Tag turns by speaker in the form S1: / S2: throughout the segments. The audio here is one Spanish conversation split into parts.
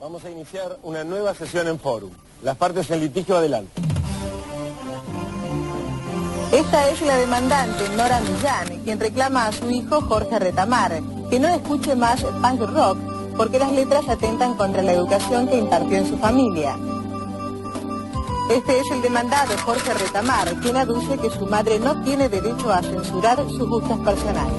S1: Vamos a iniciar una nueva sesión en Forum. Las partes en litigio adelante.
S2: Esta es la demandante Nora Millán, quien reclama a su hijo Jorge Retamar que no escuche más punk rock porque las letras atentan contra la educación que impartió en su familia. Este es el demandado Jorge Retamar, quien aduce que su madre no tiene derecho a censurar sus gustos personales.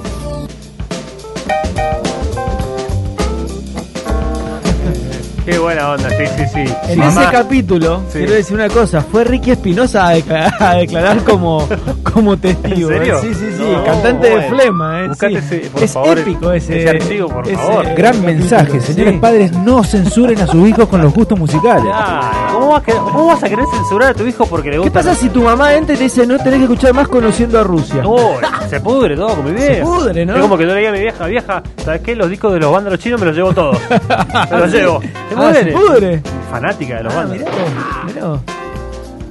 S3: Qué buena onda, sí, sí, sí.
S4: En
S3: Mamá,
S4: ese capítulo,
S3: Sí.
S4: quiero decir una cosa, fue Ricky Espinosa a, decla- a declarar como, como testigo.
S3: ¿En serio?
S4: ¿eh? Sí, sí, sí,
S3: No,
S4: cantante de
S3: bueno.
S4: Flema. ¿eh?
S3: Buscate
S4: sí.
S3: ese, por
S4: es
S3: favor,
S4: épico ese,
S3: ese archivo, por favor.
S5: Gran mensaje, señores
S4: Sí.
S5: padres, no censuren a sus hijos con los gustos musicales.
S3: Claro, ¿cómo, vas a querer, cómo vas a querer censurar a tu hijo porque le
S4: ¿Qué
S3: gusta?
S4: pasa si tu mamá entra y te dice no tenés que escuchar más conociendo a Rusia?
S3: No, se pudre todo con mi vieja.
S4: Se pudre, ¿no?
S3: Es como que yo le diga a mi vieja, vieja, ¿sabes qué? Los discos de los vándalos chinos me los llevo todos. me los llevo. Se
S4: Ah, se
S3: pudre.
S4: pudre.
S3: Fanática de los
S4: Ah,
S3: vándalos.
S4: mirá vos, mirá vos.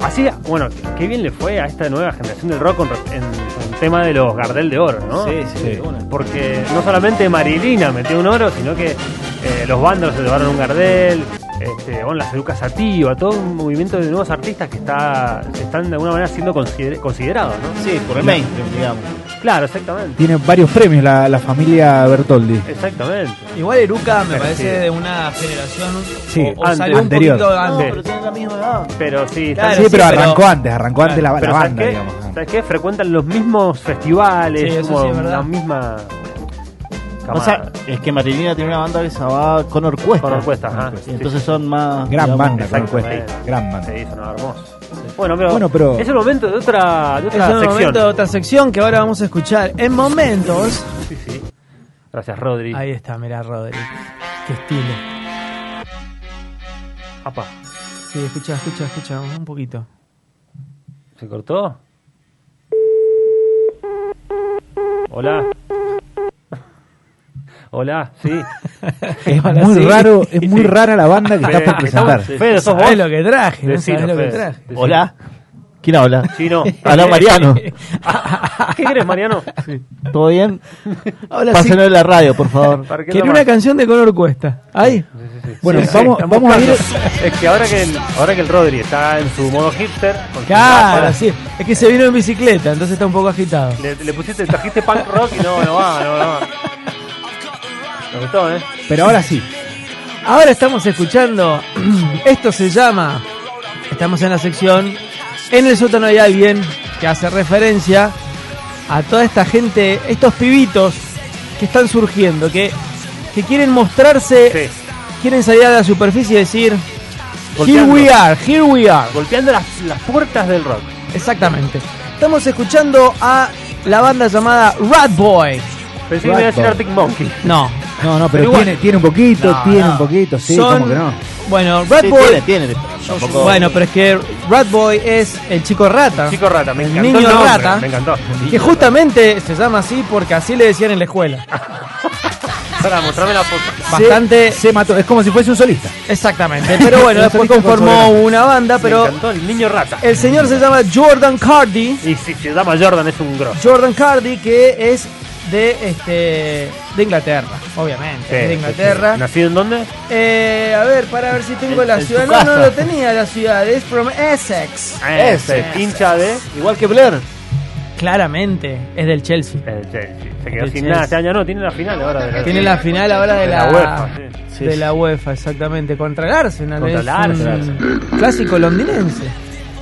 S3: Así, bueno, qué bien le fue a esta nueva generación del rock con re- en el tema de los Gardel de Oro, ¿no?
S6: Sí, sí, de una.
S3: Porque no solamente Marilina metió un oro, sino que eh, los vándalos se llevaron un Gardel, este, bueno, la Seduca Sativa, todo un movimiento de nuevos artistas que está, se están de alguna manera siendo consider- considerados, ¿no?
S6: Sí, por el mainstream, digamos.
S3: Claro, exactamente.
S5: Tiene varios premios la, la familia Bertoldi.
S3: Exactamente.
S7: Igual Eruca me
S3: Pero
S7: parece
S3: sí.
S7: de una generación
S5: Sí,
S7: o, o
S3: antes,
S7: salió un
S5: anterior.
S7: poquito
S3: No,
S7: antes.
S3: pero
S6: tienen la misma edad.
S3: Pero sí,
S7: Claro,
S5: sí,
S7: sí,
S5: pero
S7: pero-
S5: arrancó antes, arrancó antes la, la
S3: Pero
S5: banda,
S3: ¿sabes,
S5: digamos.
S3: qué? ¿Sabes qué? Frecuentan los mismos festivales,
S7: Sí, eso
S3: como
S7: sí es verdad.
S3: la misma.
S6: O sea,
S3: camada.
S6: es que Marilina tiene una banda que se va con orquesta.
S3: Con orquesta, ajá.
S6: Y Entonces son más.
S5: Gran
S6: digamos,
S5: banda, con
S3: exactamente.
S5: encuesta, Gran banda.
S3: Sí, sonaba hermoso. Bueno, pero,
S5: Bueno, pero-
S3: es el momento de otra, de
S7: Es
S3: otra
S7: el
S3: sección.
S7: este momento de otra sección que ahora vamos a escuchar en momentos.
S3: Sí, sí. Gracias, Rodri.
S7: Ahí está, mirá, Rodri. Qué estilo.
S3: Apa,
S7: Sí, escucha, escucha, escucha, un poquito.
S3: ¿se cortó? Hola. Hola, sí.
S5: Es
S7: Ahora
S5: muy
S7: sí.
S5: raro, es muy rara la banda que está
S3: Fede,
S5: por presentar.
S3: estamos- Fede, sos vos.
S7: ¿Sabés lo que traje? ¿no?
S3: Decilo,
S7: ¿Sabés lo que
S3: Fede.
S7: traje?
S3: Decilo.
S6: Hola. ¿Quién habla?
S3: Chino.
S6: Hola, Mariano.
S3: ¿Qué querés, Mariano?
S6: ¿Todo bien?
S7: Ahora sí,
S6: Pásenlo en la radio, por favor.
S3: ¿Para qué
S7: quería
S3: la-
S7: una canción de color cuesta. Ahí.
S5: Bueno,
S3: Sí, sí,
S5: vamos,
S3: estamos
S5: vamos a ir.
S3: buscando. Es que ahora que, el, ahora que el Rodri está en su modo hipster, con su
S7: Claro,
S3: lámpara,
S7: sí. Es que se vino en bicicleta, entonces está un poco agitado.
S3: le, le pusiste, trajiste punk rock y no, no va, no, no va. Me gustó, ¿eh?
S5: Pero ahora sí,
S7: Ahora estamos escuchando. Esto se llama. Estamos en la sección. En el sótano hay alguien que hace referencia a toda esta gente, estos pibitos que están surgiendo, que, que quieren mostrarse,
S3: Sí.
S7: quieren salir a la superficie y decir: Here
S3: Golpeando.
S7: we are, here we are.
S3: Golpeando las, las puertas del rock.
S7: Exactamente. Estamos escuchando a la banda llamada Rat Boy.
S3: Pensé que me iba a decir
S5: Rock.
S3: Arctic Monkey.
S7: No,
S5: no, no,
S7: Pero
S5: pero,
S7: igual-
S5: tiene, tiene un poquito,
S6: No,
S5: tiene
S6: no.
S5: un poquito, sí,
S7: son.
S5: como que no.
S7: Bueno, Rat
S6: Sí,
S7: Boy.
S6: tiene, tiene. pero Tampoco...
S7: Bueno, pero es que Ratboy es el chico rata.
S3: Chico rata, me
S7: Ah. El
S3: encantó.
S7: niño
S3: el nombre,
S7: rata.
S3: Me encantó.
S7: que justamente se llama así porque así le decían en la escuela.
S3: Ah, Para mostrarme la foto.
S7: Bastante.
S5: Se mató, es como si fuese un solista.
S7: Exactamente. Pero bueno,
S5: Un
S7: después
S5: solista
S7: conformó
S5: consolero.
S7: una banda,
S3: Me
S7: pero
S3: encantó el niño rata.
S7: el señor se llama Jordan Cardi.
S3: Y si se llama Jordan es un grosso.
S7: Jordan Cardi, que es de este de Inglaterra, obviamente.
S3: Sí,
S7: es de
S3: sí,
S7: Inglaterra.
S3: sí. ¿Nacido en dónde?
S7: Eh, a ver, para ver si tengo
S6: En-
S7: la
S6: en su
S7: ciudad. No, no
S6: casa.
S7: lo tenía la ciudad. Es from
S3: Ah.
S7: Essex.
S3: Ese. Hincha de.
S6: Igual que Blair.
S7: Claramente, es del Chelsea.
S3: El Chelsea. Eh, Se quedó
S7: El
S3: sin
S7: Chelsea.
S3: nada. Este año no, tiene la final ahora. De la,
S7: Tiene la final ahora de,
S3: de la UEFA. sí.
S6: Sí,
S7: de
S6: sí.
S7: la UEFA, exactamente, contra el Arsenal.
S3: Contra
S7: es
S3: el Arsenal.
S7: un Clásico londinense.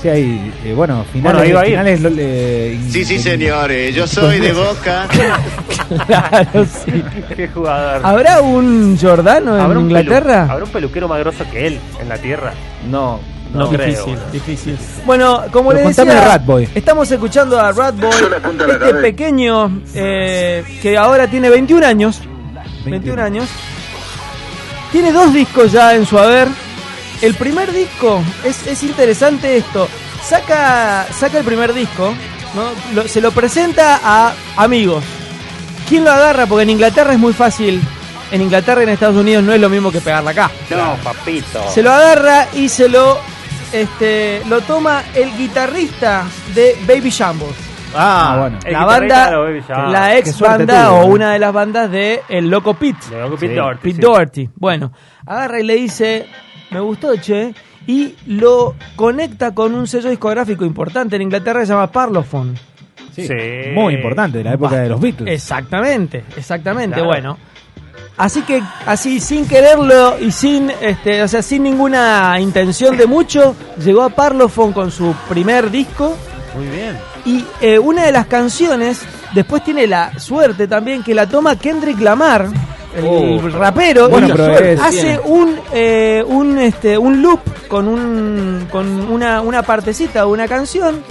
S5: Sí, hay, eh, bueno,
S3: Bueno,
S5: finales.
S3: iba a ir.
S5: finales lo- eh, in-
S8: Sí, sí,
S5: in-
S8: señores, yo soy de Boca.
S7: Claro, sí.
S3: Qué jugador.
S7: ¿Habrá un Jordano en
S3: ¿Habrá un pelu-
S7: Inglaterra?
S3: ¿Habrá un peluquero más grosso que él en la tierra?
S6: No.
S3: No, creo.
S7: difícil, difícil. Bueno, como
S5: Pero
S7: les
S5: contame
S7: decía,
S5: de Rat Boy.
S7: estamos escuchando a Ratboy, este pequeño eh, que ahora tiene 21 años. 21 años. Tiene dos discos ya en su haber. El primer disco, es, es interesante esto. Saca, saca el primer disco, ¿no? Lo- se lo presenta a amigos. ¿Quién lo agarra? Porque en Inglaterra es muy fácil. En Inglaterra y en Estados Unidos no es lo mismo que pegarla acá.
S3: No, papito.
S7: Se lo agarra y se lo, este, lo toma el guitarrista de Baby Shambles.
S5: Ah, bueno.
S3: El
S7: la
S3: guitarrista
S7: banda,
S3: de los Baby Shark.
S7: la
S5: Qué
S7: ex
S5: suerte
S7: banda
S5: tuvo,
S7: o
S5: ¿no?
S7: una de las bandas de El Loco Pete.
S3: Le hago Pete
S5: Sí,
S3: Doherty,
S7: Pete
S3: sí.
S7: Doherty. Bueno, agarra y le dice, me gustó, che, y lo conecta con un sello discográfico importante en Inglaterra que se llama Parlophone.
S5: Sí.
S3: Sí.
S5: Muy importante, de la época de los Beatles.
S7: Exactamente, exactamente,
S3: Claro.
S7: bueno. Así que, así sin quererlo y sin, este, o sea, sin ninguna intención de mucho, llegó a Parlophone con su primer disco.
S3: Muy bien.
S7: Y eh, una de las canciones, después tiene la suerte también que la toma Kendrick Lamar, el
S6: Oh.
S7: rapero,
S5: Bueno,
S7: y
S5: pero
S7: suerte,
S5: es-
S7: hace
S6: tiene.
S7: un, eh, un, este, un loop con, un, con una, una partecita de una canción.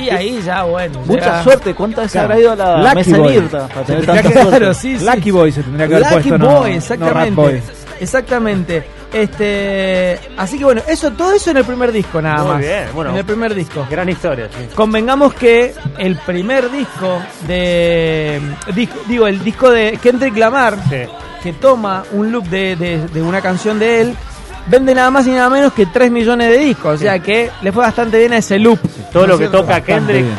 S7: Y ahí ya, bueno.
S6: Mucha
S7: ya-
S6: suerte, ¿cuántas veces habrá ido a la
S5: Lucky
S6: mesa
S5: Boy.
S6: abierta para tener
S5: Tendría
S6: tanta
S5: que-
S6: suerte?
S7: Claro, sí, sí.
S5: Lucky Boy se tendría que haber
S7: Lucky
S5: puesto, no-
S7: Boy,
S5: no Rat
S7: exactamente.
S5: Boy.
S7: Exactamente. Este, así que bueno, eso todo eso en el primer disco nada
S3: Muy
S7: más.
S3: bien, bueno.
S7: En el primer disco.
S3: Gran historia, sí.
S7: Convengamos que el primer disco de dis- digo el disco de Kendrick Lamar
S3: Sí.
S7: que toma un loop de, de- de una canción de él vende nada más y nada menos que 3 millones de discos, o sea que le fue bastante bien a ese loop.
S3: Todo lo que
S7: cierto?
S3: toca
S5: Bastante
S3: Kendrick
S5: bien.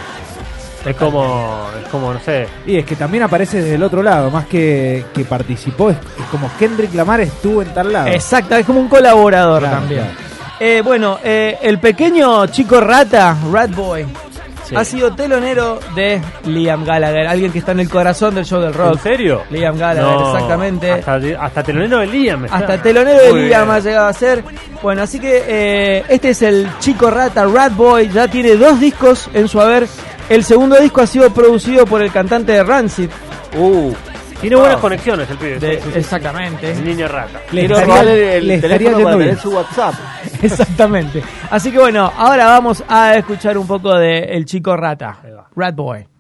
S3: es como, es como, no sé,
S5: Y es que también aparece desde el otro lado, más que, que participó, es, es como Kendrick Lamar estuvo en tal lado.
S3: Ah.
S7: Exacto, es como un colaborador
S5: Claro,
S7: también.
S5: claro.
S7: Eh, bueno, eh, el pequeño chico rata, Rat Boy,
S6: Sí.
S7: ha sido telonero de Liam Gallagher, alguien que está en el corazón del show del rock.
S3: ¿En serio?
S7: Liam Gallagher, exactamente.
S3: Hasta, hasta telonero de Liam. está.
S7: Hasta telonero de
S3: Muy
S7: Liam
S3: bien.
S7: ha llegado a ser. Bueno, así que eh, este es el chico rata Rat Boy. Ya tiene dos discos en su haber. El segundo disco ha sido producido por el cantante de Rancid.
S3: Uh, tiene buenas
S6: Ah.
S3: conexiones el pibe.
S7: de-
S3: sí, sí, sí.
S7: exactamente.
S3: El niño rata.
S5: Le
S6: Quiero
S5: estaría-
S6: robarle el
S5: le estaría
S6: teléfono para
S5: yendo
S6: tener
S5: bien.
S6: su WhatsApp.
S7: Exactamente. Así que bueno, ahora vamos a escuchar un poco de El Chico Rata,
S3: Ahí va.
S7: Rat Boy.